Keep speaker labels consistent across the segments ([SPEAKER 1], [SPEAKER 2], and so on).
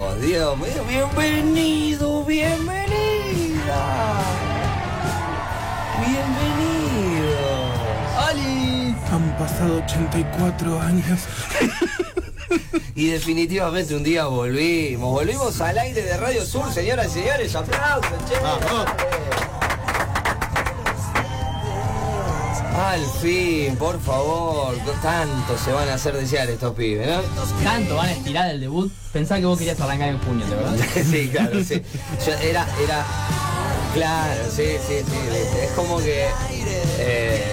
[SPEAKER 1] Oh, Dios mío, bienvenido, bienvenida. Bienvenido. ¡Ali!
[SPEAKER 2] Han pasado 84 años.
[SPEAKER 1] Y definitivamente un día volvimos, volvimos al aire de Radio Sur, señoras y señores, aplausos, che. Al fin, por favor, tanto se van a hacer desear estos pibes, ¿no?
[SPEAKER 3] Tanto van a estirar el debut. Pensaba que vos querías arrancar en junio, ¿de verdad?
[SPEAKER 1] sí, claro, sí. Yo era, era. Claro, sí, sí, sí. viste, Es como que. eh,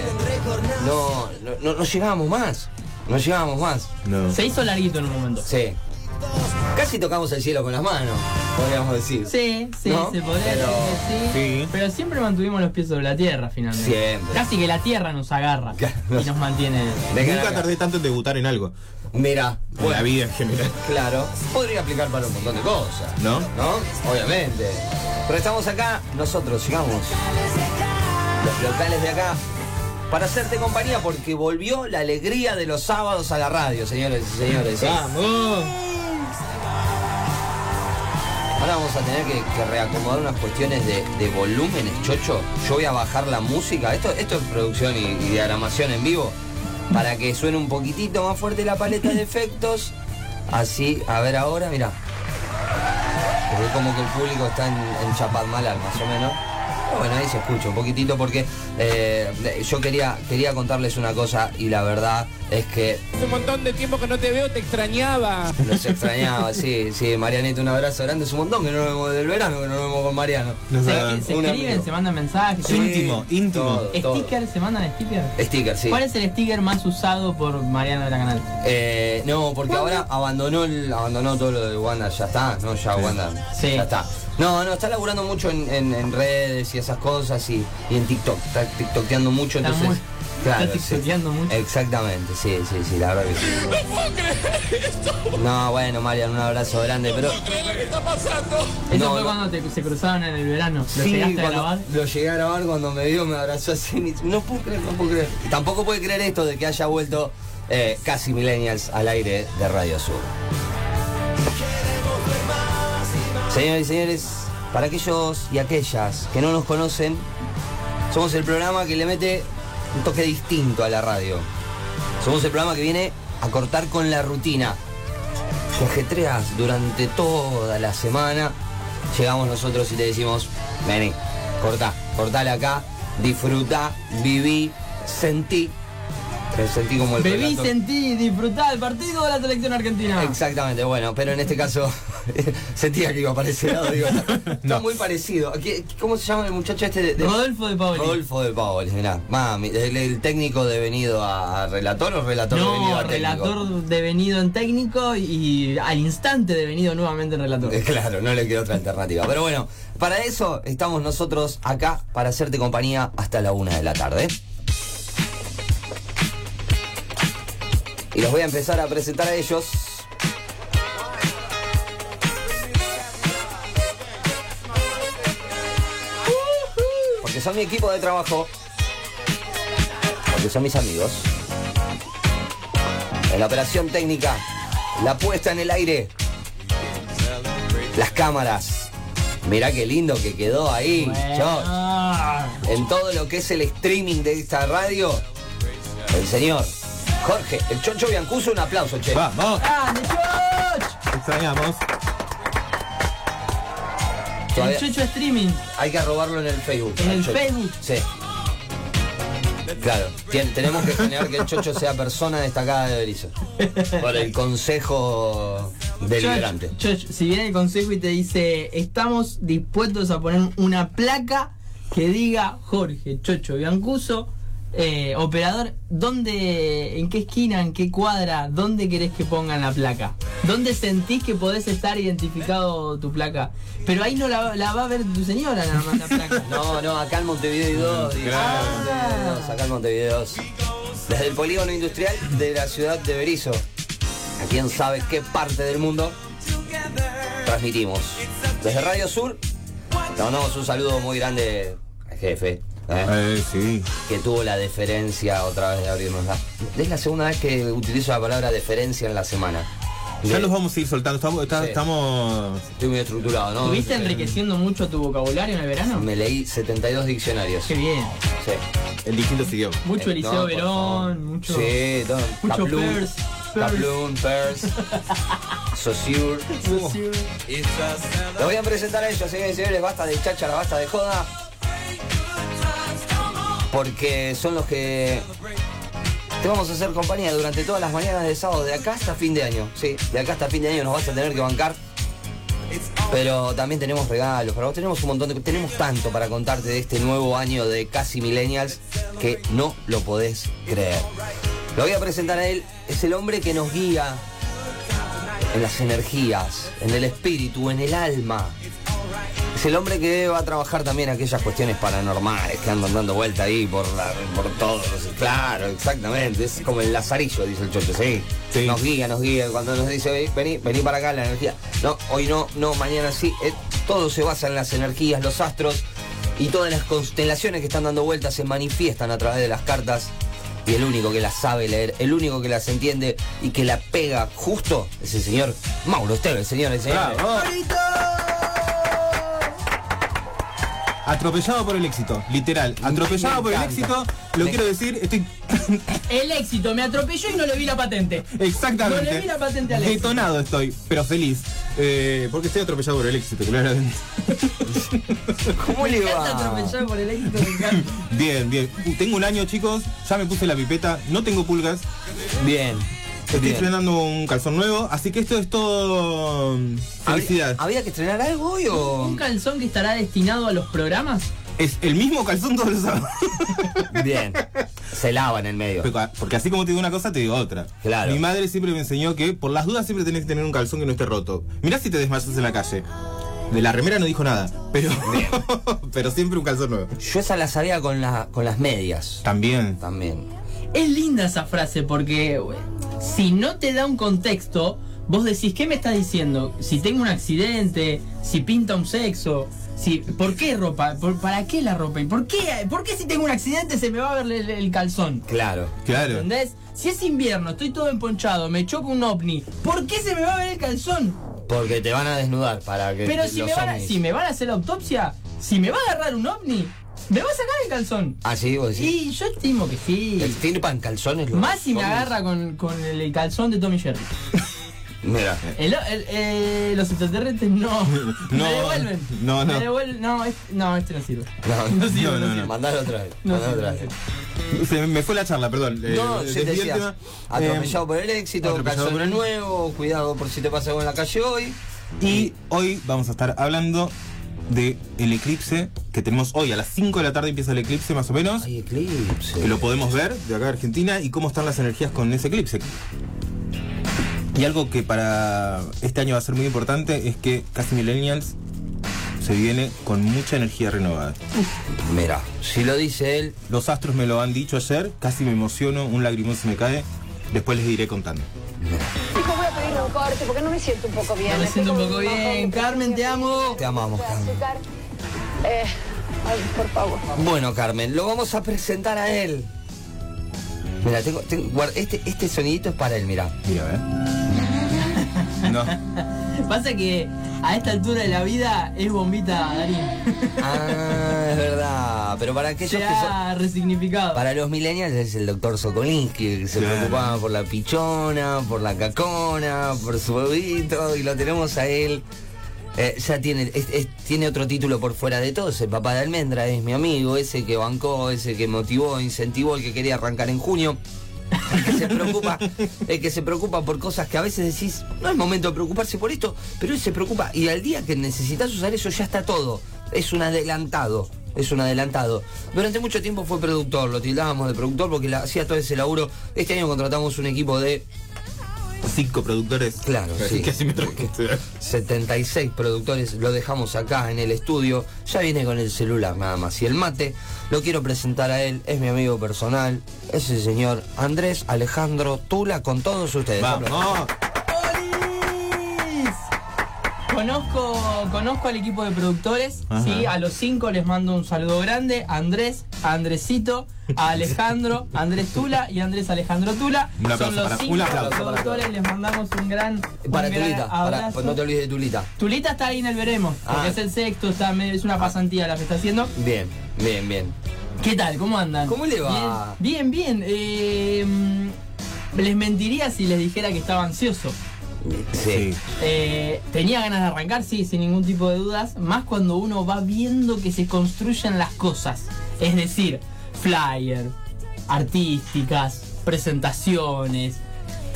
[SPEAKER 1] no, no, no- no llegábamos más. No llegábamos más.
[SPEAKER 2] No.
[SPEAKER 3] Se hizo larguito en un momento.
[SPEAKER 1] Sí. Casi tocamos el cielo con las manos, podríamos decir.
[SPEAKER 3] Sí, sí,
[SPEAKER 1] No,
[SPEAKER 3] se podría
[SPEAKER 1] pero-
[SPEAKER 3] decir que sí,
[SPEAKER 2] sí.
[SPEAKER 3] Pero siempre mantuvimos los pies sobre la tierra finalmente.
[SPEAKER 1] Siempre.
[SPEAKER 3] Casi que la tierra nos agarra y nos mantiene.
[SPEAKER 1] Vengan
[SPEAKER 4] Nunca
[SPEAKER 1] acá.
[SPEAKER 4] tardé tanto en debutar en algo.
[SPEAKER 1] Mira,
[SPEAKER 4] En la
[SPEAKER 1] bueno,
[SPEAKER 4] vida en general.
[SPEAKER 1] claro, podría aplicar para un montón de cosas.
[SPEAKER 4] ¿No?
[SPEAKER 1] ¿No? Obviamente. Pero estamos acá, nosotros, sigamos. Los locales de acá. Para hacerte compañía, porque volvió la alegría de los sábados a la radio, señores y señores. Ah, ¿sí?
[SPEAKER 4] ¡Vamos!
[SPEAKER 1] Ahora vamos a tener que, que reacomodar unas cuestiones de, de volúmenes, chocho. Yo voy a bajar la música. Esto, esto es producción y, y diagramación en vivo. Para que suene un poquitito más fuerte la paleta de efectos. Así, a ver ahora, mira. Porque como que el público está en, en Chapadmalal, más o menos. Pero bueno, ahí se escucha un poquitito porque eh, de- yo quería, quería contarles una cosa y la verdad es que
[SPEAKER 5] Hace un montón de tiempo que no te veo, te extrañaba.
[SPEAKER 1] los extrañaba. Sí, sí, Marianito, un abrazo grande. Es un montón que no nos vemos del verano, que no nos vemos con Mariano.
[SPEAKER 4] No
[SPEAKER 3] Se,
[SPEAKER 4] sé.
[SPEAKER 3] se
[SPEAKER 1] un
[SPEAKER 3] escriben,
[SPEAKER 1] amigo.
[SPEAKER 3] se mandan mensajes, se
[SPEAKER 4] Sí. Íntimo, íntimo.
[SPEAKER 1] Todo, todo.
[SPEAKER 3] stickers, se mandan stickers.
[SPEAKER 1] Sticker, sí.
[SPEAKER 3] ¿Cuál es el sticker más usado por Mariano de la Canal?
[SPEAKER 1] Eh, no, porque ahora abandonó el, abandonó todo lo de Wanda, ya está, no, ya Wanda,
[SPEAKER 3] Sí.
[SPEAKER 1] ya está. No, no, está laburando mucho en, en- en redes y esas cosas y, y en TikTok, está TikTokeando mucho,
[SPEAKER 3] Está
[SPEAKER 1] entonces.
[SPEAKER 3] muy- está
[SPEAKER 1] sí.
[SPEAKER 3] tiktokeando mucho.
[SPEAKER 1] Exactamente, sí, sí, sí, la verdad que sí. No, bueno, Marian, un abrazo grande, pero.
[SPEAKER 3] Eso
[SPEAKER 1] No,
[SPEAKER 3] fue
[SPEAKER 1] no.
[SPEAKER 3] cuando te- se cruzaron en el verano. ¿Lo
[SPEAKER 1] Sí,
[SPEAKER 3] llegaste a
[SPEAKER 1] cuando-
[SPEAKER 3] grabar?
[SPEAKER 1] Lo llegué a grabar cuando me vio, me abrazó así. me dice, No puedo creer, no puedo creer. Y tampoco puede creer esto de que haya vuelto eh, casi Millennials al aire de Radio Sur. Señores y señores, para aquellos y aquellas que no nos conocen, somos el programa que le mete un toque distinto a la radio. Somos el programa que viene a cortar con la rutina. Te ajetreas durante toda la semana. Llegamos nosotros y te decimos, vení, cortá, cortale acá, disfrutá, viví, sentí. Me sentí como el
[SPEAKER 3] Bebí,
[SPEAKER 1] relator.
[SPEAKER 3] sentí, disfrutá el partido de la selección argentina.
[SPEAKER 1] Exactamente, bueno, pero en este caso sentía que iba para ese lado, digo, está muy parecido. ¿Qué- ¿Cómo se llama el muchacho este de, de-
[SPEAKER 3] Rodolfo de Paoli.
[SPEAKER 1] Rodolfo de Paoles, mirá, mami, el, el técnico devenido a a relator o relator devenido
[SPEAKER 3] No,
[SPEAKER 1] a técnico?
[SPEAKER 3] relator devenido en técnico y al instante devenido nuevamente en relator.
[SPEAKER 1] Eh, Claro, no le queda otra alternativa. Pero bueno, para eso estamos nosotros acá para hacerte compañía hasta la una de la tarde. Y los voy a empezar a presentar a ellos. Porque son mi equipo de trabajo. Porque son mis amigos. En la operación técnica, la puesta en el aire, las cámaras. Mirá qué lindo que quedó ahí, George.
[SPEAKER 3] Ah,
[SPEAKER 1] En todo lo que es el streaming de esta radio, el señor Jorge, el Chocho Biancuso, un aplauso, che.
[SPEAKER 4] ¡Vamos!
[SPEAKER 3] ¡Grande, Choch!
[SPEAKER 4] Extrañamos.
[SPEAKER 1] Todavía
[SPEAKER 3] El Chocho Streaming.
[SPEAKER 1] hay que robarlo en el Facebook.
[SPEAKER 3] ¿En
[SPEAKER 1] al
[SPEAKER 3] el
[SPEAKER 1] Chocho.
[SPEAKER 3] Facebook?
[SPEAKER 1] Sí. Claro, tien- tenemos que generar que el Chocho sea persona destacada de Berizo. Por el consejo deliberante.
[SPEAKER 3] Choch, Choch, si viene el consejo y te dice, estamos dispuestos a poner una placa que diga Jorge Chocho Biancuso, eh, operador, ¿dónde, en qué esquina, en qué cuadra, dónde querés que pongan la placa? ¿Dónde sentís que podés estar identificado tu placa? Pero ahí no la, va- la va a ver tu señora nada más la placa.
[SPEAKER 1] No, no, acá en Montevideo y dos. digo. Acá en Montevideo
[SPEAKER 4] Claro.
[SPEAKER 1] y dos, acá en Montevideo y dos. Desde el polígono industrial de la ciudad de Berizo. A quién sabe qué parte del mundo transmitimos. Desde Radio Sur, le mandamos un saludo muy grande al jefe. ¿eh?
[SPEAKER 4] Eh, sí.
[SPEAKER 1] que tuvo la deferencia otra vez de abrirnos la... Es la segunda vez que utilizo la palabra deferencia en la semana.
[SPEAKER 4] Ya
[SPEAKER 1] Sí.
[SPEAKER 4] los vamos a ir soltando. Estamos. está-
[SPEAKER 1] Sí.
[SPEAKER 4] estamos-
[SPEAKER 1] Estoy muy estructurado, ¿no?
[SPEAKER 3] ¿Estuviste enriqueciendo mucho tu vocabulario en el verano?
[SPEAKER 1] Me leí 72 diccionarios.
[SPEAKER 3] Qué bien.
[SPEAKER 1] Sí.
[SPEAKER 4] en distintos idiomas.
[SPEAKER 3] Mucho
[SPEAKER 1] Eh,
[SPEAKER 3] Eliseo
[SPEAKER 1] no, por favor.
[SPEAKER 3] Verón, mucho.
[SPEAKER 1] Sí, todo.
[SPEAKER 3] mucho
[SPEAKER 1] Caplun,
[SPEAKER 3] Pers, Pers.
[SPEAKER 1] Caplun, Pers, Saussure. Lo voy a presentar a ellos, señores y señores, basta de cháchara, basta de joda. Porque son los que te vamos a hacer compañía durante todas las mañanas de sábado, de acá hasta fin de año. Sí, de acá hasta fin de año nos vas a tener que bancar. Pero también tenemos regalos para vos, tenemos un montón de tenemos tanto para contarte de este nuevo año de casi millennials que no lo podés creer. Lo voy a presentar a él, es el hombre que nos guía en las energías, en el espíritu, en el alma. Es el hombre que va a trabajar también aquellas cuestiones paranormales que andan dando vuelta ahí por, la- por todos. Claro, exactamente. Es como el lazarillo, dice el chocho, ¿sí?
[SPEAKER 4] Sí.
[SPEAKER 1] Nos guía, nos guía. Cuando nos dice, "Ven, vení, vení para acá, la energía. No, hoy no, no, mañana sí. Eh, todo se basa en las energías, los astros y todas las constelaciones que están dando vueltas se manifiestan a través de las cartas. Y el único que las sabe leer, el único que las entiende y que la pega justo es el señor Mauro Esteves, señores y señores.
[SPEAKER 4] Bravo. Atropellado por el éxito, literal. Atropellado
[SPEAKER 1] Me
[SPEAKER 4] por el
[SPEAKER 1] encanta.
[SPEAKER 4] éxito, lo
[SPEAKER 1] Me-
[SPEAKER 4] quiero decir, estoy
[SPEAKER 3] El éxito me atropelló y no le vi la patente.
[SPEAKER 4] exactamente
[SPEAKER 3] No le vi la patente al éxito.
[SPEAKER 4] detonado estoy, pero feliz. Eh, porque estoy atropellado por el éxito, claramente.
[SPEAKER 1] ¿Cómo le
[SPEAKER 3] Me encanta
[SPEAKER 1] va?
[SPEAKER 3] atropellado por el éxito, me encanta.
[SPEAKER 4] Bien, bien. Tengo un año, chicos, ya me puse la pipeta, no tengo pulgas,
[SPEAKER 1] Bien.
[SPEAKER 4] estoy
[SPEAKER 1] bien.
[SPEAKER 4] estrenando un calzón nuevo, así que esto es todo mm, felicidad.
[SPEAKER 1] ¿Habría, habría que estrenar algo hoy o.?
[SPEAKER 3] ¿Un calzón que estará destinado a los programas?
[SPEAKER 4] Es el mismo calzón todos los sábados.
[SPEAKER 1] Bien. Se lava en el medio.
[SPEAKER 4] Porque- Porque así como te digo una cosa, te digo otra.
[SPEAKER 1] Claro.
[SPEAKER 4] Mi madre siempre me enseñó que por las dudas siempre tenés que tener un calzón que no esté roto. Mirá si te desmayas en la calle. De la remera no dijo nada, pero, pero siempre un calzón nuevo.
[SPEAKER 1] Yo esa la sabía con, la, con las medias.
[SPEAKER 4] También.
[SPEAKER 1] También.
[SPEAKER 3] Es linda esa frase porque we- si no te da un contexto, vos decís, ¿qué me estás diciendo? Si tengo un accidente, si pinta un sexo, si, ¿por qué ropa? ¿Por- ¿Para qué la ropa? ¿Y por qué, por qué si tengo un accidente se me va a ver el, el calzón?
[SPEAKER 1] Claro.
[SPEAKER 4] Claro.
[SPEAKER 3] ¿Entendés? Si es invierno, estoy todo emponchado, me choca un ovni, ¿por qué se me va a ver el calzón?
[SPEAKER 1] Porque te van a desnudar para que.
[SPEAKER 3] Pero si me, van a, si me van a hacer la autopsia, si me va a agarrar un ovni, me va a sacar el calzón.
[SPEAKER 1] Así Ah, vos decís.
[SPEAKER 3] Y yo estimo que sí.
[SPEAKER 1] ¿Te extirpan calzones? los
[SPEAKER 3] Más si me
[SPEAKER 1] zombies?
[SPEAKER 3] agarra con, con el, el calzón de Tommy Jerry.
[SPEAKER 1] Mira.
[SPEAKER 3] El- el- eh, los extraterrestres no. Me devuelven.
[SPEAKER 4] No, no.
[SPEAKER 3] Me devuelven. No, este, no, este no sirve.
[SPEAKER 1] No,
[SPEAKER 3] No sirve,
[SPEAKER 4] no,
[SPEAKER 3] no,
[SPEAKER 4] no,
[SPEAKER 3] sirve.
[SPEAKER 1] Mandalo otra vez.
[SPEAKER 3] No
[SPEAKER 1] mandalo
[SPEAKER 3] sirve,
[SPEAKER 1] otra
[SPEAKER 3] no
[SPEAKER 1] vez.
[SPEAKER 3] sirve.
[SPEAKER 4] Se me fue la charla, perdón.
[SPEAKER 1] No,
[SPEAKER 4] Eh,
[SPEAKER 1] yo te
[SPEAKER 4] desvié el
[SPEAKER 1] decía,
[SPEAKER 4] tema.
[SPEAKER 1] atropellado
[SPEAKER 4] Eh,
[SPEAKER 1] por el éxito,
[SPEAKER 4] atropellado
[SPEAKER 1] calzón
[SPEAKER 4] por el-
[SPEAKER 1] nuevo, cuidado por si te pasa algo en la calle hoy.
[SPEAKER 4] Eh, Y hoy vamos a estar hablando de el eclipse que tenemos hoy. A las 5 de la tarde empieza el eclipse más o menos.
[SPEAKER 1] Hay eclipse.
[SPEAKER 4] que lo podemos ver de acá a Argentina y cómo están las energías con ese eclipse. Y algo que para este año va a ser muy importante es que casi millennials se viene con mucha energía renovada.
[SPEAKER 1] Mira, si lo dice él,
[SPEAKER 4] Los astros me lo han dicho ayer, casi me emociono, un lagrimón se me cae, después les iré contando.
[SPEAKER 6] Chicos, voy a pedir un corte porque no me siento un poco bien.
[SPEAKER 3] No me
[SPEAKER 6] Estoy
[SPEAKER 3] siento un
[SPEAKER 6] con
[SPEAKER 3] poco
[SPEAKER 6] bajón de
[SPEAKER 3] bien. Carmen, te amo.
[SPEAKER 1] te amamos, Carmen.
[SPEAKER 6] azúcar. Eh, ay, por favor.
[SPEAKER 1] Bueno, Carmen, lo vamos a presentar a él. Mira, tengo, tengo- guarda- este, este sonidito es para él, mira.
[SPEAKER 4] Mira, ¿eh? No.
[SPEAKER 3] Pasa que a esta altura de la vida es bombita Darín.
[SPEAKER 1] Ah, es verdad. Pero para aquellos
[SPEAKER 3] Se
[SPEAKER 1] que son-
[SPEAKER 3] ha resignificado.
[SPEAKER 1] Para los millennials es el doctor Sokolinsky, que se
[SPEAKER 4] Claro.
[SPEAKER 1] preocupaba por la pichona, por la cacona, por su huevito, y lo tenemos a él. Eh, ya tiene, es- es- tiene otro título por fuera de todo, es el papá de almendra, es mi amigo, ese que bancó, ese que motivó, incentivó, el que quería arrancar en junio. El que se preocupa, el que se preocupa por cosas que a veces decís, no es momento de preocuparse por esto, pero él se preocupa y al día que necesitas usar eso ya está todo. Es un adelantado, es un adelantado. Durante mucho tiempo fue productor, lo tildábamos de productor porque la- hacía todo ese laburo. Este año contratamos un equipo de
[SPEAKER 4] Cinco productores.
[SPEAKER 1] Claro, sí.
[SPEAKER 4] Casi me este. trajiste.
[SPEAKER 1] 76 productores, lo dejamos acá en el estudio, ya viene con el celular nada más. Y el mate, lo quiero presentar a él, es mi amigo personal, es el señor Andrés Alejandro Tula con todos ustedes.
[SPEAKER 4] Vamos.
[SPEAKER 3] ¡Olis! Conozco, conozco al equipo de productores,
[SPEAKER 4] Ajá.
[SPEAKER 3] ¿sí? a los cinco les mando un saludo grande, a Andrés, a Andresito, a Alejandro, a Andrés Tula y a Andrés Alejandro Tula.
[SPEAKER 4] Un aplauso
[SPEAKER 3] Son los
[SPEAKER 4] para-
[SPEAKER 3] cinco
[SPEAKER 4] un aplauso para-
[SPEAKER 3] productores, les mandamos un gran, un
[SPEAKER 1] Para
[SPEAKER 3] gran
[SPEAKER 1] Tulita, para, pues,
[SPEAKER 3] abrazo.
[SPEAKER 1] no te olvides de Tulita.
[SPEAKER 3] Tulita está ahí en el veremos, porque
[SPEAKER 1] Ah.
[SPEAKER 3] es el sexto, está, medio- es una pasantía la que está haciendo.
[SPEAKER 1] Bien, bien, bien.
[SPEAKER 3] ¿Qué tal? ¿Cómo andan?
[SPEAKER 1] ¿Cómo le va?
[SPEAKER 3] Bien, bien. bien. Eh, mm, les mentiría si les dijera que estaba ansioso.
[SPEAKER 1] Sí.
[SPEAKER 3] Eh, tenía ganas de arrancar, sí, sin ningún tipo de dudas, más cuando uno va viendo que se construyen las cosas. Es decir, flyer, artísticas, presentaciones,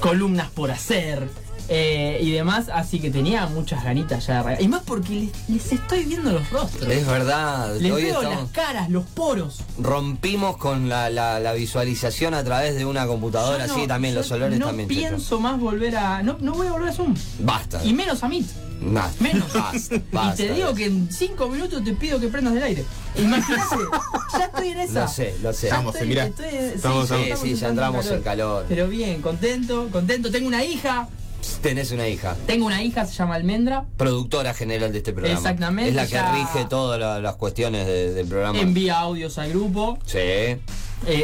[SPEAKER 3] columnas por hacer eh, y demás, así que tenía muchas ganitas ya de arrancar. Y más porque les, les estoy viendo los rostros.
[SPEAKER 1] Es verdad.
[SPEAKER 3] Les
[SPEAKER 1] Eh, Hoy
[SPEAKER 3] veo
[SPEAKER 1] estamos,
[SPEAKER 3] las caras, los poros.
[SPEAKER 1] rompimos con la, la- la visualización a través de una computadora.
[SPEAKER 3] Yo no-
[SPEAKER 1] sí, también,
[SPEAKER 3] yo
[SPEAKER 1] los olores
[SPEAKER 3] no
[SPEAKER 1] también. Checho.
[SPEAKER 3] pienso más volver a. No, no voy a volver a Zoom.
[SPEAKER 1] Basta.
[SPEAKER 3] Y menos a Meet.
[SPEAKER 1] Basta.
[SPEAKER 3] Menos.
[SPEAKER 1] Basta,
[SPEAKER 3] Y
[SPEAKER 1] basta.
[SPEAKER 3] te digo que en 5 minutos te pido que prendas el aire. Imagínate, ya estoy en esa.
[SPEAKER 1] Lo sé, lo sé.
[SPEAKER 4] Estamos,
[SPEAKER 3] Estoy-
[SPEAKER 4] mirá.
[SPEAKER 3] estoy- sí,
[SPEAKER 4] Estamos-
[SPEAKER 1] Sí, sí, ya entramos en calor.
[SPEAKER 3] Pero bien, contento, contento. Tengo una hija.
[SPEAKER 1] Tenés una hija.
[SPEAKER 3] Tengo una hija, se llama Almendra.
[SPEAKER 1] Productora general de este programa.
[SPEAKER 3] Exactamente,
[SPEAKER 1] Es la que
[SPEAKER 3] ya-
[SPEAKER 1] rige todas la- las cuestiones de- del programa.
[SPEAKER 3] Envía audios al grupo.
[SPEAKER 1] Sí.
[SPEAKER 3] eh,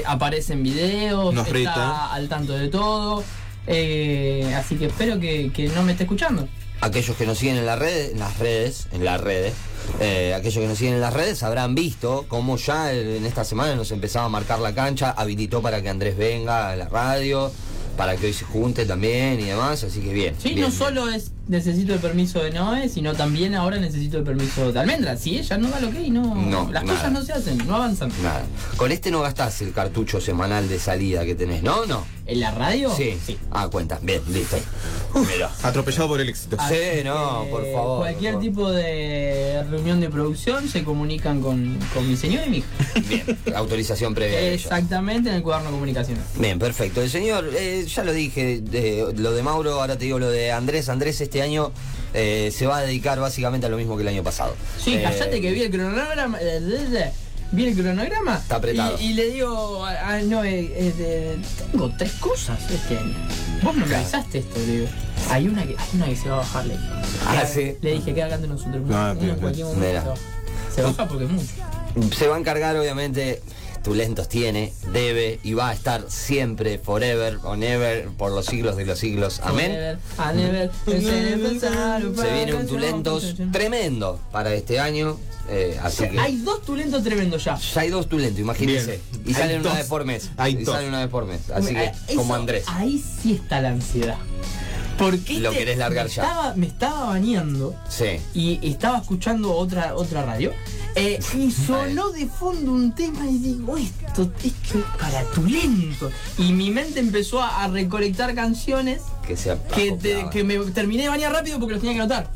[SPEAKER 3] aparecen videos.
[SPEAKER 4] Nos
[SPEAKER 3] está
[SPEAKER 4] reta.
[SPEAKER 3] al tanto de todo. eh, así que espero que, que no me esté escuchando.
[SPEAKER 1] Aquellos que nos siguen en las redes, en las redes, en las redes, eh, aquellos que nos siguen en las redes habrán visto cómo ya el- en esta semana nos empezaba a marcar la cancha, habilitó para que Andrés venga a la radio, para que hoy se junte también y demás, así que bien.
[SPEAKER 3] Sí,
[SPEAKER 1] bien,
[SPEAKER 3] no
[SPEAKER 1] bien.
[SPEAKER 3] solo es necesito el permiso de Noé, sino también ahora necesito el permiso de Almendra. Si ella no da lo que hay, no,
[SPEAKER 1] No,
[SPEAKER 3] las
[SPEAKER 1] nada.
[SPEAKER 3] cosas no se hacen, no avanzan.
[SPEAKER 1] Nada. Con este no gastás el cartucho semanal de salida que tenés, ¿no? No.
[SPEAKER 3] ¿En la radio?
[SPEAKER 1] Sí. Ah, cuenta. Bien, listo. Mira.
[SPEAKER 4] Atropellado por el éxito.
[SPEAKER 1] Ah, Sí, no,
[SPEAKER 3] que
[SPEAKER 1] por favor,
[SPEAKER 3] Cualquier
[SPEAKER 1] por favor.
[SPEAKER 3] tipo de reunión de producción se comunican con, con mi señor y mi hija.
[SPEAKER 1] Bien. Autorización previa. de ella.
[SPEAKER 3] Exactamente en el cuaderno de comunicaciones.
[SPEAKER 1] Bien, perfecto. El señor, eh, ya lo dije, de- lo de Mauro, ahora te digo lo de Andrés. Andrés este año eh, se va a dedicar básicamente a lo mismo que el año pasado.
[SPEAKER 3] Sí,
[SPEAKER 1] Eh,
[SPEAKER 3] callate que vi el cronograma. eh, de- de- Vi el cronograma.
[SPEAKER 1] Está apretado.
[SPEAKER 3] Y, y le digo, ah, no, eh, eh, de- tengo tres cosas este año. Vos no me avisaste esto, le digo. Hay una que, hay una que se va a bajar, le digo.
[SPEAKER 1] Ah,
[SPEAKER 3] Eh,
[SPEAKER 1] sí.
[SPEAKER 3] Le dije, queda acá entre nosotros.
[SPEAKER 4] Ah,
[SPEAKER 3] uno
[SPEAKER 4] bien,
[SPEAKER 3] en cualquier
[SPEAKER 1] bien.
[SPEAKER 3] momento. Se baja porque es mucho.
[SPEAKER 1] Se va a encargar, obviamente, Tulentos tiene, debe y va a estar siempre, forever, on ever, por los siglos de los siglos. Amén.
[SPEAKER 3] A never, a never,
[SPEAKER 1] Se viene un Tulentos tremendo para este año. eh, así que.
[SPEAKER 3] Hay dos tulentos tremendos ya.
[SPEAKER 1] Ya hay dos Tulentos, imagínense.
[SPEAKER 4] Bien.
[SPEAKER 1] Y
[SPEAKER 4] Hay
[SPEAKER 1] salen una
[SPEAKER 4] dos.
[SPEAKER 1] vez por mes.
[SPEAKER 4] Hay
[SPEAKER 1] y
[SPEAKER 4] dos.
[SPEAKER 1] salen una vez por mes. Así
[SPEAKER 3] Hombre,
[SPEAKER 1] que,
[SPEAKER 3] Eh, eso- ah.
[SPEAKER 1] como Andrés.
[SPEAKER 3] Ahí sí está la ansiedad. Porque este
[SPEAKER 1] Lo querés largar
[SPEAKER 3] me
[SPEAKER 1] ya.
[SPEAKER 3] Estaba, me estaba bañando
[SPEAKER 1] Sí.
[SPEAKER 3] y estaba escuchando otra, otra radio. eh, y sonó de fondo un tema y digo, esto es que es para Tulento. Y mi mente empezó a, a recolectar canciones
[SPEAKER 1] Que sea.
[SPEAKER 3] que, te- que me terminé de bañar rápido porque los tenía que anotar.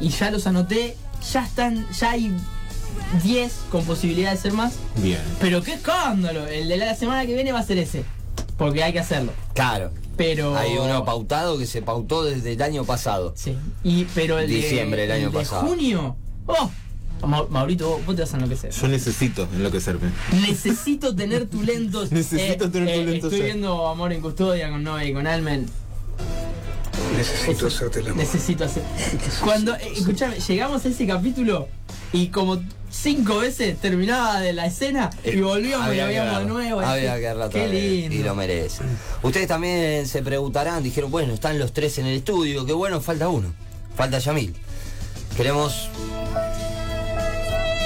[SPEAKER 3] Y ya los anoté, ya están, ya hay 10 con posibilidad de ser más.
[SPEAKER 4] Bien.
[SPEAKER 3] Pero qué escándalo, el de la semana que viene va a ser ese. Porque hay que hacerlo.
[SPEAKER 1] Claro.
[SPEAKER 3] Pero.
[SPEAKER 1] Hay uno pautado que se pautó desde el año pasado.
[SPEAKER 3] Sí. Y, pero el de-
[SPEAKER 1] Diciembre del
[SPEAKER 3] el
[SPEAKER 1] año
[SPEAKER 3] de
[SPEAKER 1] pasado.
[SPEAKER 3] junio. ¡Oh! Ma- Maurito, vos, vos te vas a enloquecer.
[SPEAKER 4] Yo necesito enloquecerme.
[SPEAKER 3] Necesito tener tu lentos.
[SPEAKER 4] Necesito tener tu lentos,
[SPEAKER 3] Estoy
[SPEAKER 4] sí.
[SPEAKER 3] viendo Amor en Custodia con Noé y con Almen.
[SPEAKER 2] Necesito hacerte el amor.
[SPEAKER 3] Necesito hacer. Cuando, eh, escuchame, llegamos a ese capítulo y como cinco veces terminaba de la escena y volvíamos y la
[SPEAKER 1] Eh, que
[SPEAKER 3] veíamos de
[SPEAKER 1] verlo.
[SPEAKER 3] nuevo.
[SPEAKER 1] Había que verla otra
[SPEAKER 3] Qué
[SPEAKER 1] vez, Y lo
[SPEAKER 3] lindo.
[SPEAKER 1] merece. Ustedes también se preguntarán, dijeron, bueno, están los tres en el estudio, qué bueno, falta uno. Falta Yamil. Queremos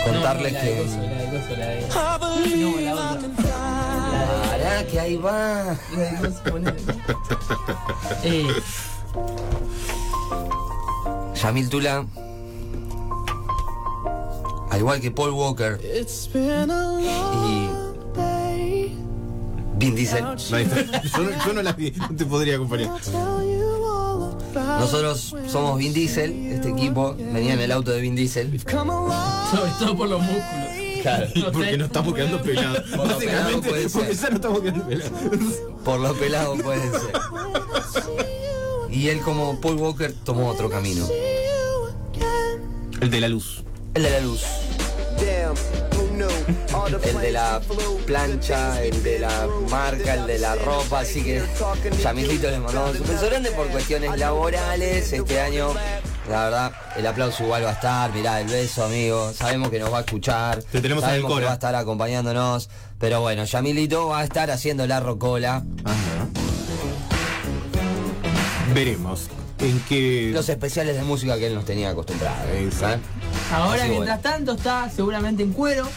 [SPEAKER 1] contarles
[SPEAKER 3] No, no, la de
[SPEAKER 1] que.
[SPEAKER 3] coso, la de coso, la de- No, la otra. La de-
[SPEAKER 1] Pará, que ahí va.
[SPEAKER 3] la de coso, ponele. Eh,
[SPEAKER 1] Yamil Tula. Al igual que Paul Walker y. Vin Diesel.
[SPEAKER 4] No hay- yo, no, yo no la vi, no te podría acompañar.
[SPEAKER 1] Nosotros somos Vin Diesel, este equipo venía en el auto de Vin Diesel.
[SPEAKER 3] sobre todo por los músculos.
[SPEAKER 4] Y porque no estamos quedando pelados.
[SPEAKER 1] Por lo pelado
[SPEAKER 4] Básicamente,
[SPEAKER 1] puede ser.
[SPEAKER 4] porque ya no estamos quedando pelados.
[SPEAKER 1] Por lo pelado pueden ser. Y él como Paul Walker tomó otro camino.
[SPEAKER 4] El de la luz.
[SPEAKER 1] El de la luz, el de la plancha, el de la marca, el de la ropa, así que Yamilito les mandamos un beso grande por cuestiones laborales. Este año La verdad, el aplauso igual va a estar, mirá, el beso, amigo. Sabemos que nos va a escuchar.
[SPEAKER 4] Te tenemos en el
[SPEAKER 1] sabemos que
[SPEAKER 4] cora.
[SPEAKER 1] va a estar acompañándonos. Pero bueno, Yamilito va a estar haciendo la rocola.
[SPEAKER 4] Ajá. Veremos en qué.
[SPEAKER 1] Los especiales de música que él nos tenía acostumbrados. ¿eh?
[SPEAKER 4] Exacto.
[SPEAKER 3] Ahora,
[SPEAKER 1] Así que
[SPEAKER 3] mientras tanto, está seguramente en cuero,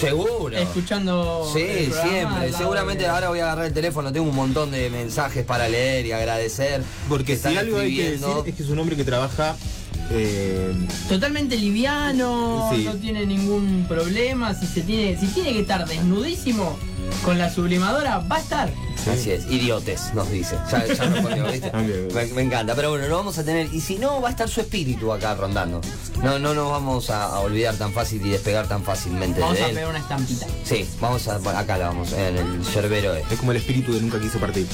[SPEAKER 1] Seguro.
[SPEAKER 3] escuchando. el
[SPEAKER 1] Sí,
[SPEAKER 3] programa al
[SPEAKER 1] siempre.
[SPEAKER 3] lado
[SPEAKER 1] Seguramente
[SPEAKER 3] de-
[SPEAKER 1] ahora voy a agarrar el teléfono. Tengo un montón de mensajes para leer y agradecer. que
[SPEAKER 4] Porque si
[SPEAKER 1] están
[SPEAKER 4] algo hay que decir
[SPEAKER 1] escribiendo.
[SPEAKER 4] es que es un hombre que trabaja. eh,
[SPEAKER 3] Totalmente liviano,
[SPEAKER 4] Sí.
[SPEAKER 3] no tiene ningún problema. Si se tiene, si tiene que estar desnudísimo con la sublimadora, va a estar.
[SPEAKER 1] Así es, idiotes, nos dice. Ya, ya respondió, ¿viste?
[SPEAKER 4] Ok.
[SPEAKER 1] me, me encanta, pero bueno, lo vamos a tener. Y si no, va a estar su espíritu acá rondando. No, no nos vamos a, a olvidar tan fácil y despegar tan fácilmente
[SPEAKER 3] Vamos
[SPEAKER 1] de
[SPEAKER 3] a
[SPEAKER 1] él.
[SPEAKER 3] pegar una estampita.
[SPEAKER 1] Sí, vamos a. bueno, acá la vamos, en el cerbero este.
[SPEAKER 4] es como el espíritu que nunca quiso partir.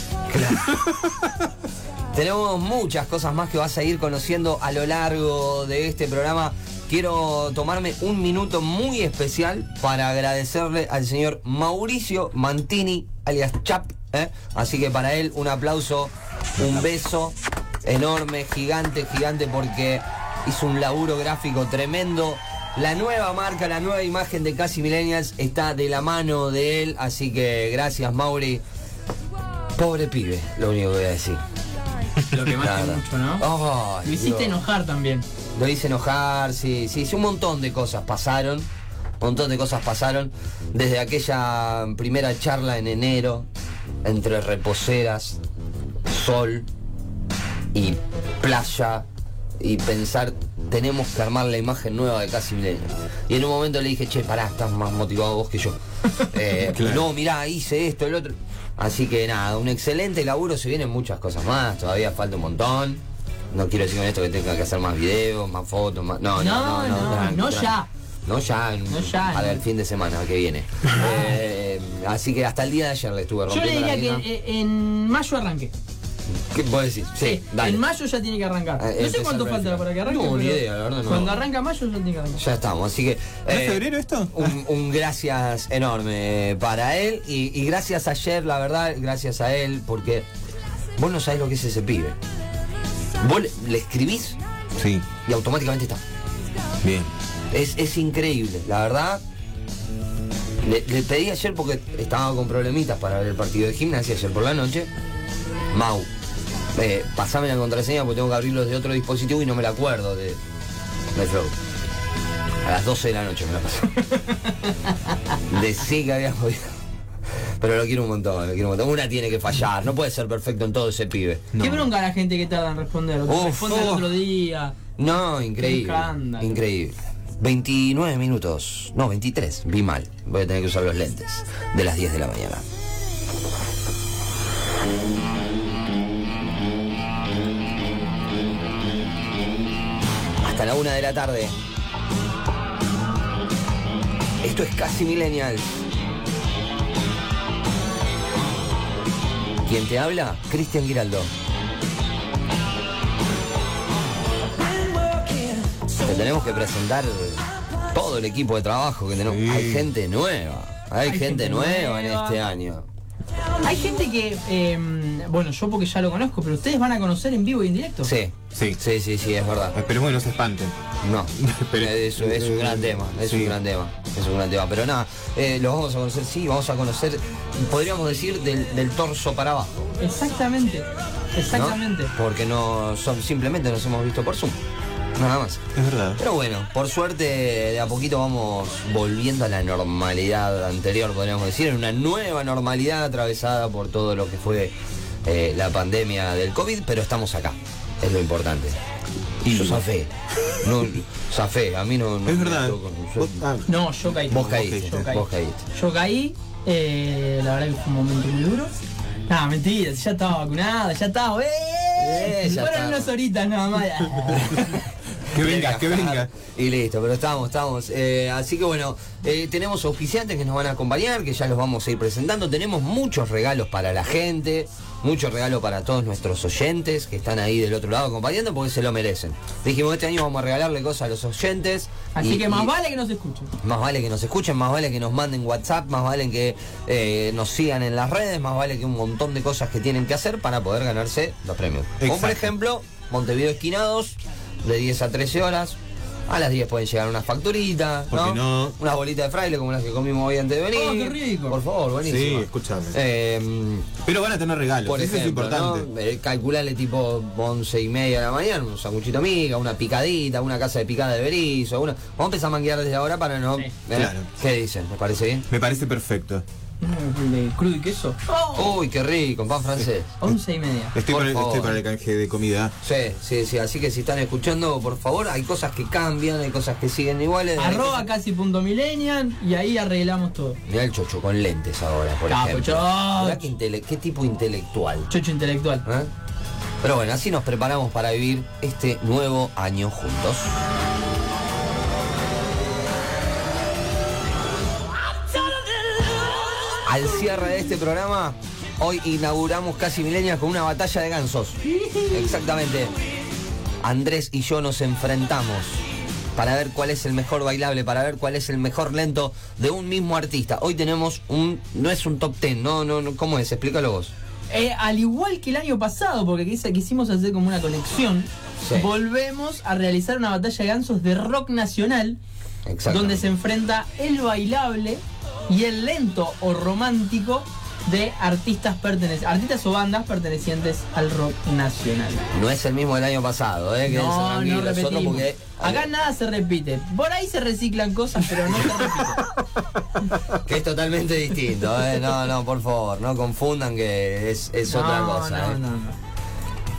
[SPEAKER 1] Tenemos muchas cosas más que vas a ir conociendo a lo largo de este programa. Quiero tomarme un minuto muy especial para agradecerle al señor Mauricio Mantini, alias Chap. ¿eh? Así que para él un aplauso, un beso enorme, gigante, gigante, porque hizo un laburo gráfico tremendo. La nueva marca, la nueva imagen de Casi Millennials está de la mano de él. Así que gracias, Mauri. Pobre pibe, lo único que voy a decir.
[SPEAKER 3] Lo que más
[SPEAKER 1] Nada.
[SPEAKER 3] mucho, ¿no?
[SPEAKER 1] Ay,
[SPEAKER 3] Lo Oh, hiciste
[SPEAKER 1] Dios.
[SPEAKER 3] enojar también.
[SPEAKER 1] Lo hice enojar, sí, sí, sí, un montón de cosas pasaron. Un montón de cosas pasaron. Desde aquella primera charla en enero, entre reposeras, sol y playa, y pensar, tenemos que armar la imagen nueva de Casi Millennial. Y en un momento le dije, che, pará, estás más motivado vos que yo. Eh,
[SPEAKER 4] Claro.
[SPEAKER 1] No, mirá, hice esto, el otro. Así que nada, un excelente laburo, se vienen muchas cosas más, todavía falta un montón. No quiero decir con esto que tenga que hacer más videos, más fotos, más... No, no, no,
[SPEAKER 3] No, no,
[SPEAKER 1] tranqui,
[SPEAKER 3] no
[SPEAKER 1] tranqui.
[SPEAKER 3] ya.
[SPEAKER 1] No ya, en-
[SPEAKER 3] No ya,
[SPEAKER 1] para
[SPEAKER 3] no.
[SPEAKER 1] el fin de semana que viene. Eh, así que hasta el día de ayer le estuve
[SPEAKER 3] Yo le
[SPEAKER 1] rompiendo
[SPEAKER 3] diría
[SPEAKER 1] la
[SPEAKER 3] que
[SPEAKER 1] mina.
[SPEAKER 3] eh, en mayo arranqué.
[SPEAKER 1] ¿Qué puedo decir? Sí, dale.
[SPEAKER 3] En mayo ya tiene que arrancar.
[SPEAKER 1] Ah,
[SPEAKER 3] No sé
[SPEAKER 1] empezar
[SPEAKER 3] cuánto
[SPEAKER 1] a planificar.
[SPEAKER 3] falta para que arranque.
[SPEAKER 1] No, ni
[SPEAKER 3] pero
[SPEAKER 1] idea, la verdad no.
[SPEAKER 3] Cuando arranca mayo ya tiene que arrancar.
[SPEAKER 1] Ya estamos, así que...
[SPEAKER 4] ¿No es
[SPEAKER 1] eh,
[SPEAKER 4] febrero esto?
[SPEAKER 1] un, un gracias enorme eh, para él y, y gracias ayer, la verdad, gracias a él, porque vos no sabés lo que es ese pibe. Vos le, le escribís
[SPEAKER 4] Sí,
[SPEAKER 1] y automáticamente está.
[SPEAKER 4] bien.
[SPEAKER 1] Es, es increíble, la verdad. Le, le pedí ayer porque estaba con problemitas para ver el partido de gimnasia ayer por la noche. Mau, eh, pasame la contraseña porque tengo que abrirlo desde otro dispositivo y no me la acuerdo de, de Flow. A las 12 de la noche me la pasó. Decí que había jodido. Pero lo quiero un montón, lo quiero un montón. Una tiene que fallar, no puede ser perfecto en todo ese pibe.
[SPEAKER 3] Qué bronca la gente que tarda en responder. O que
[SPEAKER 1] Uf,
[SPEAKER 3] responde el
[SPEAKER 1] uf.
[SPEAKER 3] otro día.
[SPEAKER 1] No, increíble.
[SPEAKER 3] Escándalo.
[SPEAKER 1] Increíble. 29 minutos. No, 23. Vi mal. Voy a tener que usar los lentes. De las 10 de la mañana. Hasta la 1 de la tarde. Esto es casi millennial. ¿Quién te habla? Cristian Giraldo. Te tenemos que presentar todo el equipo de trabajo que tenemos.
[SPEAKER 4] Sí.
[SPEAKER 1] Hay gente nueva. Hay, gente,
[SPEAKER 3] gente
[SPEAKER 1] nueva en
[SPEAKER 3] nueva.
[SPEAKER 1] este año.
[SPEAKER 3] Hay gente que, eh, bueno, yo porque ya lo conozco, pero ustedes van a conocer en vivo y en directo.
[SPEAKER 1] Sí.
[SPEAKER 4] Sí.
[SPEAKER 1] Sí, sí, sí, es verdad.
[SPEAKER 4] Esperemos que no Ah, se espanten.
[SPEAKER 1] No,
[SPEAKER 4] Pero- eh,
[SPEAKER 1] es, es un gran tema, es
[SPEAKER 4] Sí.
[SPEAKER 1] un gran tema, es un gran tema. Pero nada, eh, los vamos a conocer, sí, vamos a conocer, podríamos decir, del, del torso para abajo. ¿no?
[SPEAKER 3] Exactamente, exactamente.
[SPEAKER 1] Porque no son, simplemente nos hemos visto por Zoom. Nada más.
[SPEAKER 4] Es verdad.
[SPEAKER 1] Pero bueno, por suerte de a poquito vamos volviendo a la normalidad anterior, podríamos decir, en una nueva normalidad atravesada por todo lo que fue eh, la pandemia del COVID, pero estamos acá, es lo importante. Y yo zafé, no, zafé, a mí no... no
[SPEAKER 4] Es
[SPEAKER 1] me
[SPEAKER 4] verdad.
[SPEAKER 1] tocó, yo-
[SPEAKER 4] Vos- ah,
[SPEAKER 3] No, yo caí.
[SPEAKER 1] Vos caíste,
[SPEAKER 3] Yo caí.
[SPEAKER 1] vos caíste.
[SPEAKER 3] Yo caí, eh, la verdad que fue un momento muy duro. Nada, mentira, ya estaba vacunada, ya estaba. ¡eh!
[SPEAKER 1] Eh, ya
[SPEAKER 3] Fueron
[SPEAKER 1] estaba.
[SPEAKER 3] unas horitas nada más.
[SPEAKER 4] que venga, que venga.
[SPEAKER 1] Y listo, pero estamos, estamos. Eh, así que bueno, eh, tenemos auspiciantes que nos van a acompañar, que ya los vamos a ir presentando. Tenemos muchos regalos para la gente, muchos regalos para todos nuestros oyentes que están ahí del otro lado acompañando porque se lo merecen. Dijimos, este año vamos a regalarle cosas a los oyentes.
[SPEAKER 3] Así
[SPEAKER 1] y-
[SPEAKER 3] que más
[SPEAKER 1] y-
[SPEAKER 3] vale que nos escuchen.
[SPEAKER 1] Más vale que nos escuchen, más vale que nos manden WhatsApp, más vale que eh, nos sigan en las redes, más vale que un montón de cosas que tienen que hacer para poder ganarse los premios. Como por
[SPEAKER 4] Exacto.
[SPEAKER 1] ejemplo, Montevideo Esquinados, de 10 a 13 horas. A las 10 pueden llegar unas facturitas,
[SPEAKER 4] ¿Por
[SPEAKER 1] ¿no?
[SPEAKER 4] qué no?
[SPEAKER 1] Una bolita de fraile como las que comimos hoy antes de venir.
[SPEAKER 3] Oh, qué rico.
[SPEAKER 1] Por favor, buenísimo.
[SPEAKER 4] Sí, escúchame.
[SPEAKER 1] Eh,
[SPEAKER 4] Pero van a tener regalos,
[SPEAKER 1] por
[SPEAKER 4] eso es
[SPEAKER 1] ejemplo,
[SPEAKER 4] importante.
[SPEAKER 1] ¿no? Eh, calculale tipo 11 y media de la mañana, un sanguchito miga, una picadita, una casa de picada de berizo, una... Vamos a empezar a manguear desde ahora para no...
[SPEAKER 3] Sí.
[SPEAKER 1] ¿eh?
[SPEAKER 4] Claro.
[SPEAKER 1] ¿Qué dicen? ¿Me parece bien?
[SPEAKER 4] Me parece perfecto.
[SPEAKER 3] Mm, de crudo y queso. Oh.
[SPEAKER 1] Uy, qué rico, pan francés.
[SPEAKER 3] Once y media.
[SPEAKER 4] Estoy,
[SPEAKER 1] Por
[SPEAKER 4] para, el-
[SPEAKER 1] favor.
[SPEAKER 4] estoy para el canje de comida.
[SPEAKER 1] Sí, sí, sí. Así que si están escuchando, por favor, hay cosas que cambian, hay cosas que siguen iguales. hay
[SPEAKER 3] Arroba
[SPEAKER 1] cosas-
[SPEAKER 3] casi punto millennial y ahí arreglamos todo.
[SPEAKER 1] Mirá el chocho con lentes ahora, por
[SPEAKER 3] Capo,
[SPEAKER 1] ejemplo.
[SPEAKER 3] Chocho.
[SPEAKER 1] Mirá qué, intele- qué tipo intelectual.
[SPEAKER 3] Chocho intelectual.
[SPEAKER 1] ¿eh? Pero bueno, así nos preparamos para vivir este nuevo año juntos. Al cierre de este programa, hoy inauguramos casi milenias con una batalla de gansos. Exactamente. Andrés y yo nos enfrentamos para ver cuál es el mejor bailable, para ver cuál es el mejor lento de un mismo artista. Hoy tenemos un. No es un top ten, no, no, no. ¿Cómo es? Explícalo vos.
[SPEAKER 3] Eh, al igual que el año pasado, porque quis- quisimos hacer como una conexión,
[SPEAKER 1] Sí.
[SPEAKER 3] volvemos a realizar una batalla de gansos de rock nacional,
[SPEAKER 1] Exacto.
[SPEAKER 3] donde se enfrenta el bailable y el lento o romántico de artistas pertenecientes, artistas o bandas pertenecientes al rock nacional.
[SPEAKER 1] No es el mismo del año pasado, ¿eh? Quédense
[SPEAKER 3] No, no
[SPEAKER 1] tranquilos, nosotros
[SPEAKER 3] repetimos.
[SPEAKER 1] porque- eh,
[SPEAKER 3] Acá nada se repite. Por ahí se reciclan cosas, pero no se repite.
[SPEAKER 1] Que es totalmente distinto, ¿eh? No, no, por favor, no confundan que es, es otra
[SPEAKER 3] No,
[SPEAKER 1] cosa,
[SPEAKER 3] no,
[SPEAKER 1] ¿eh?
[SPEAKER 3] no, no.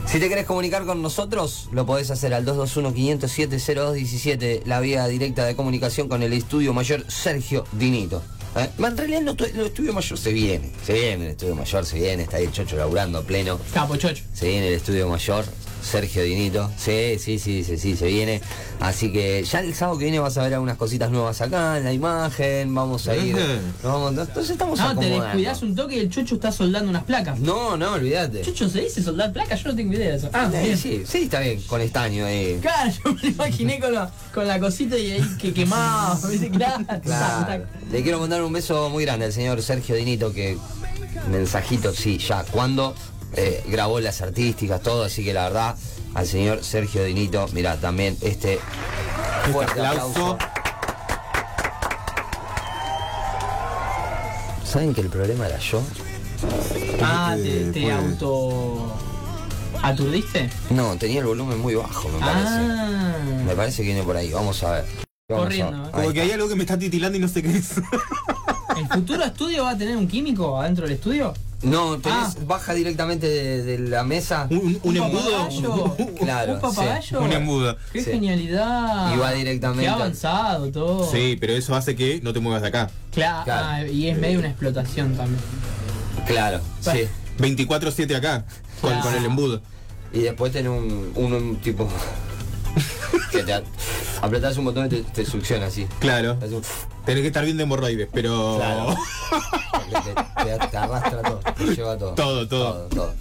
[SPEAKER 1] Si te querés comunicar con nosotros, lo podés hacer al 221-507-0217, la vía directa de comunicación con el estudio mayor Sergio Dinito. ¿Eh? En realidad el, estu- el estudio mayor se viene, se viene el estudio mayor, se viene, está ahí el chocho laburando a pleno.
[SPEAKER 3] Capo, chocho.
[SPEAKER 1] Se viene el estudio mayor, Sergio Dinito. Sí, sí, sí, sí, sí, se viene. Así que ya el sábado que viene vas a ver algunas cositas nuevas acá en la imagen. Vamos a ir.
[SPEAKER 4] Ujú.
[SPEAKER 1] nos vamos- entonces estamos
[SPEAKER 3] No, te
[SPEAKER 1] acomodando.
[SPEAKER 3] descuidas un toque y el chocho está soldando unas placas.
[SPEAKER 1] No, no, olvídate.
[SPEAKER 3] Chocho se dice soldar placas, yo no tengo idea de eso. Ah,
[SPEAKER 1] Sí,
[SPEAKER 3] bien.
[SPEAKER 1] sí, sí, está bien, con estaño ahí.
[SPEAKER 3] Claro, yo me lo imaginé con la, con la cosita y ahí que quemaba. ¿viste? Claro, tac,
[SPEAKER 1] Claro.
[SPEAKER 3] tac.
[SPEAKER 1] Le quiero mandar un beso muy grande al señor Sergio Dinito que mensajito, sí, ya cuando eh, grabó las artísticas, todo, así que la verdad, al señor Sergio Dinito, mira, también este fuerte aplauso.
[SPEAKER 4] Aplauso.
[SPEAKER 1] ¿Saben que el problema era yo?
[SPEAKER 3] Ah,
[SPEAKER 1] Este,
[SPEAKER 3] te,
[SPEAKER 4] Eh,
[SPEAKER 3] te
[SPEAKER 4] puede.
[SPEAKER 3] auto. ¿Aturdiste?
[SPEAKER 1] No, tenía el volumen muy bajo, me parece.
[SPEAKER 3] Ah.
[SPEAKER 1] Me parece que viene por ahí, vamos a ver. Vamos a-
[SPEAKER 3] Corriendo, ¿eh?
[SPEAKER 1] Ahí
[SPEAKER 4] Como que
[SPEAKER 1] está.
[SPEAKER 4] hay algo que me está titilando y no sé qué es.
[SPEAKER 3] ¿El futuro estudio va a tener un químico adentro del estudio?
[SPEAKER 1] No, tenés-
[SPEAKER 3] Ah.
[SPEAKER 1] baja directamente de, de la mesa
[SPEAKER 4] Un, un- un embudo.
[SPEAKER 3] papagayo?
[SPEAKER 4] uh,
[SPEAKER 1] Claro,
[SPEAKER 3] ¿Un papagayo?
[SPEAKER 4] Un embudo.
[SPEAKER 3] ¡Qué
[SPEAKER 1] Sí.
[SPEAKER 3] genialidad!
[SPEAKER 1] y va directamente.
[SPEAKER 3] Qué
[SPEAKER 1] al-
[SPEAKER 3] avanzado todo.
[SPEAKER 4] Sí, pero eso hace que no te muevas de acá.
[SPEAKER 3] Claro,
[SPEAKER 1] Claro.
[SPEAKER 3] ah, y es medio una explotación también.
[SPEAKER 1] Claro,
[SPEAKER 3] Va.
[SPEAKER 1] sí.
[SPEAKER 4] 24-7 acá, con,
[SPEAKER 3] Claro.
[SPEAKER 4] con el embudo.
[SPEAKER 1] Y después tenés un, un, un tipo. que te a- apretás un botón y te, te succiona así.
[SPEAKER 4] Claro.
[SPEAKER 1] Hace un-
[SPEAKER 4] Tenés que estar bien de hemorroides, pero.
[SPEAKER 1] Claro. Porque te, te- te arrastra todo, te lleva todo.
[SPEAKER 4] Todo, todo.
[SPEAKER 1] todo.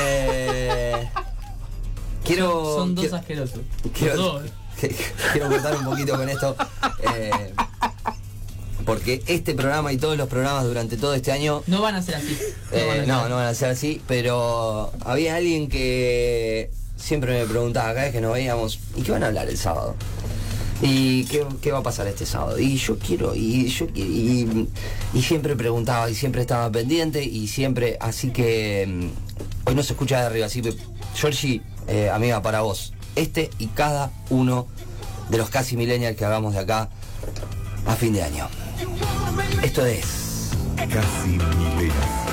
[SPEAKER 1] Eh, quiero.
[SPEAKER 3] Son dos
[SPEAKER 1] quiero-
[SPEAKER 3] asquerosos.
[SPEAKER 1] Quiero,
[SPEAKER 3] Dos.
[SPEAKER 1] quiero cortar un poquito con esto. eh, porque este programa y todos los programas durante todo este año.
[SPEAKER 3] No van a ser así. No van a
[SPEAKER 1] eh,
[SPEAKER 3] ser
[SPEAKER 1] no, no van a ser así, pero había alguien que siempre me preguntaba cada vez que nos veíamos, ¿y qué van a hablar el sábado? ¿Y qué, qué va a pasar este sábado? Y yo quiero, y yo qui- y, y siempre preguntaba, y siempre estaba pendiente, y siempre, así que mm, hoy no se escucha de arriba, así que Georgie, eh, amiga, para vos, este y cada uno de los casi millennials que hagamos de acá a fin de año. Esto es
[SPEAKER 7] Casi milenias.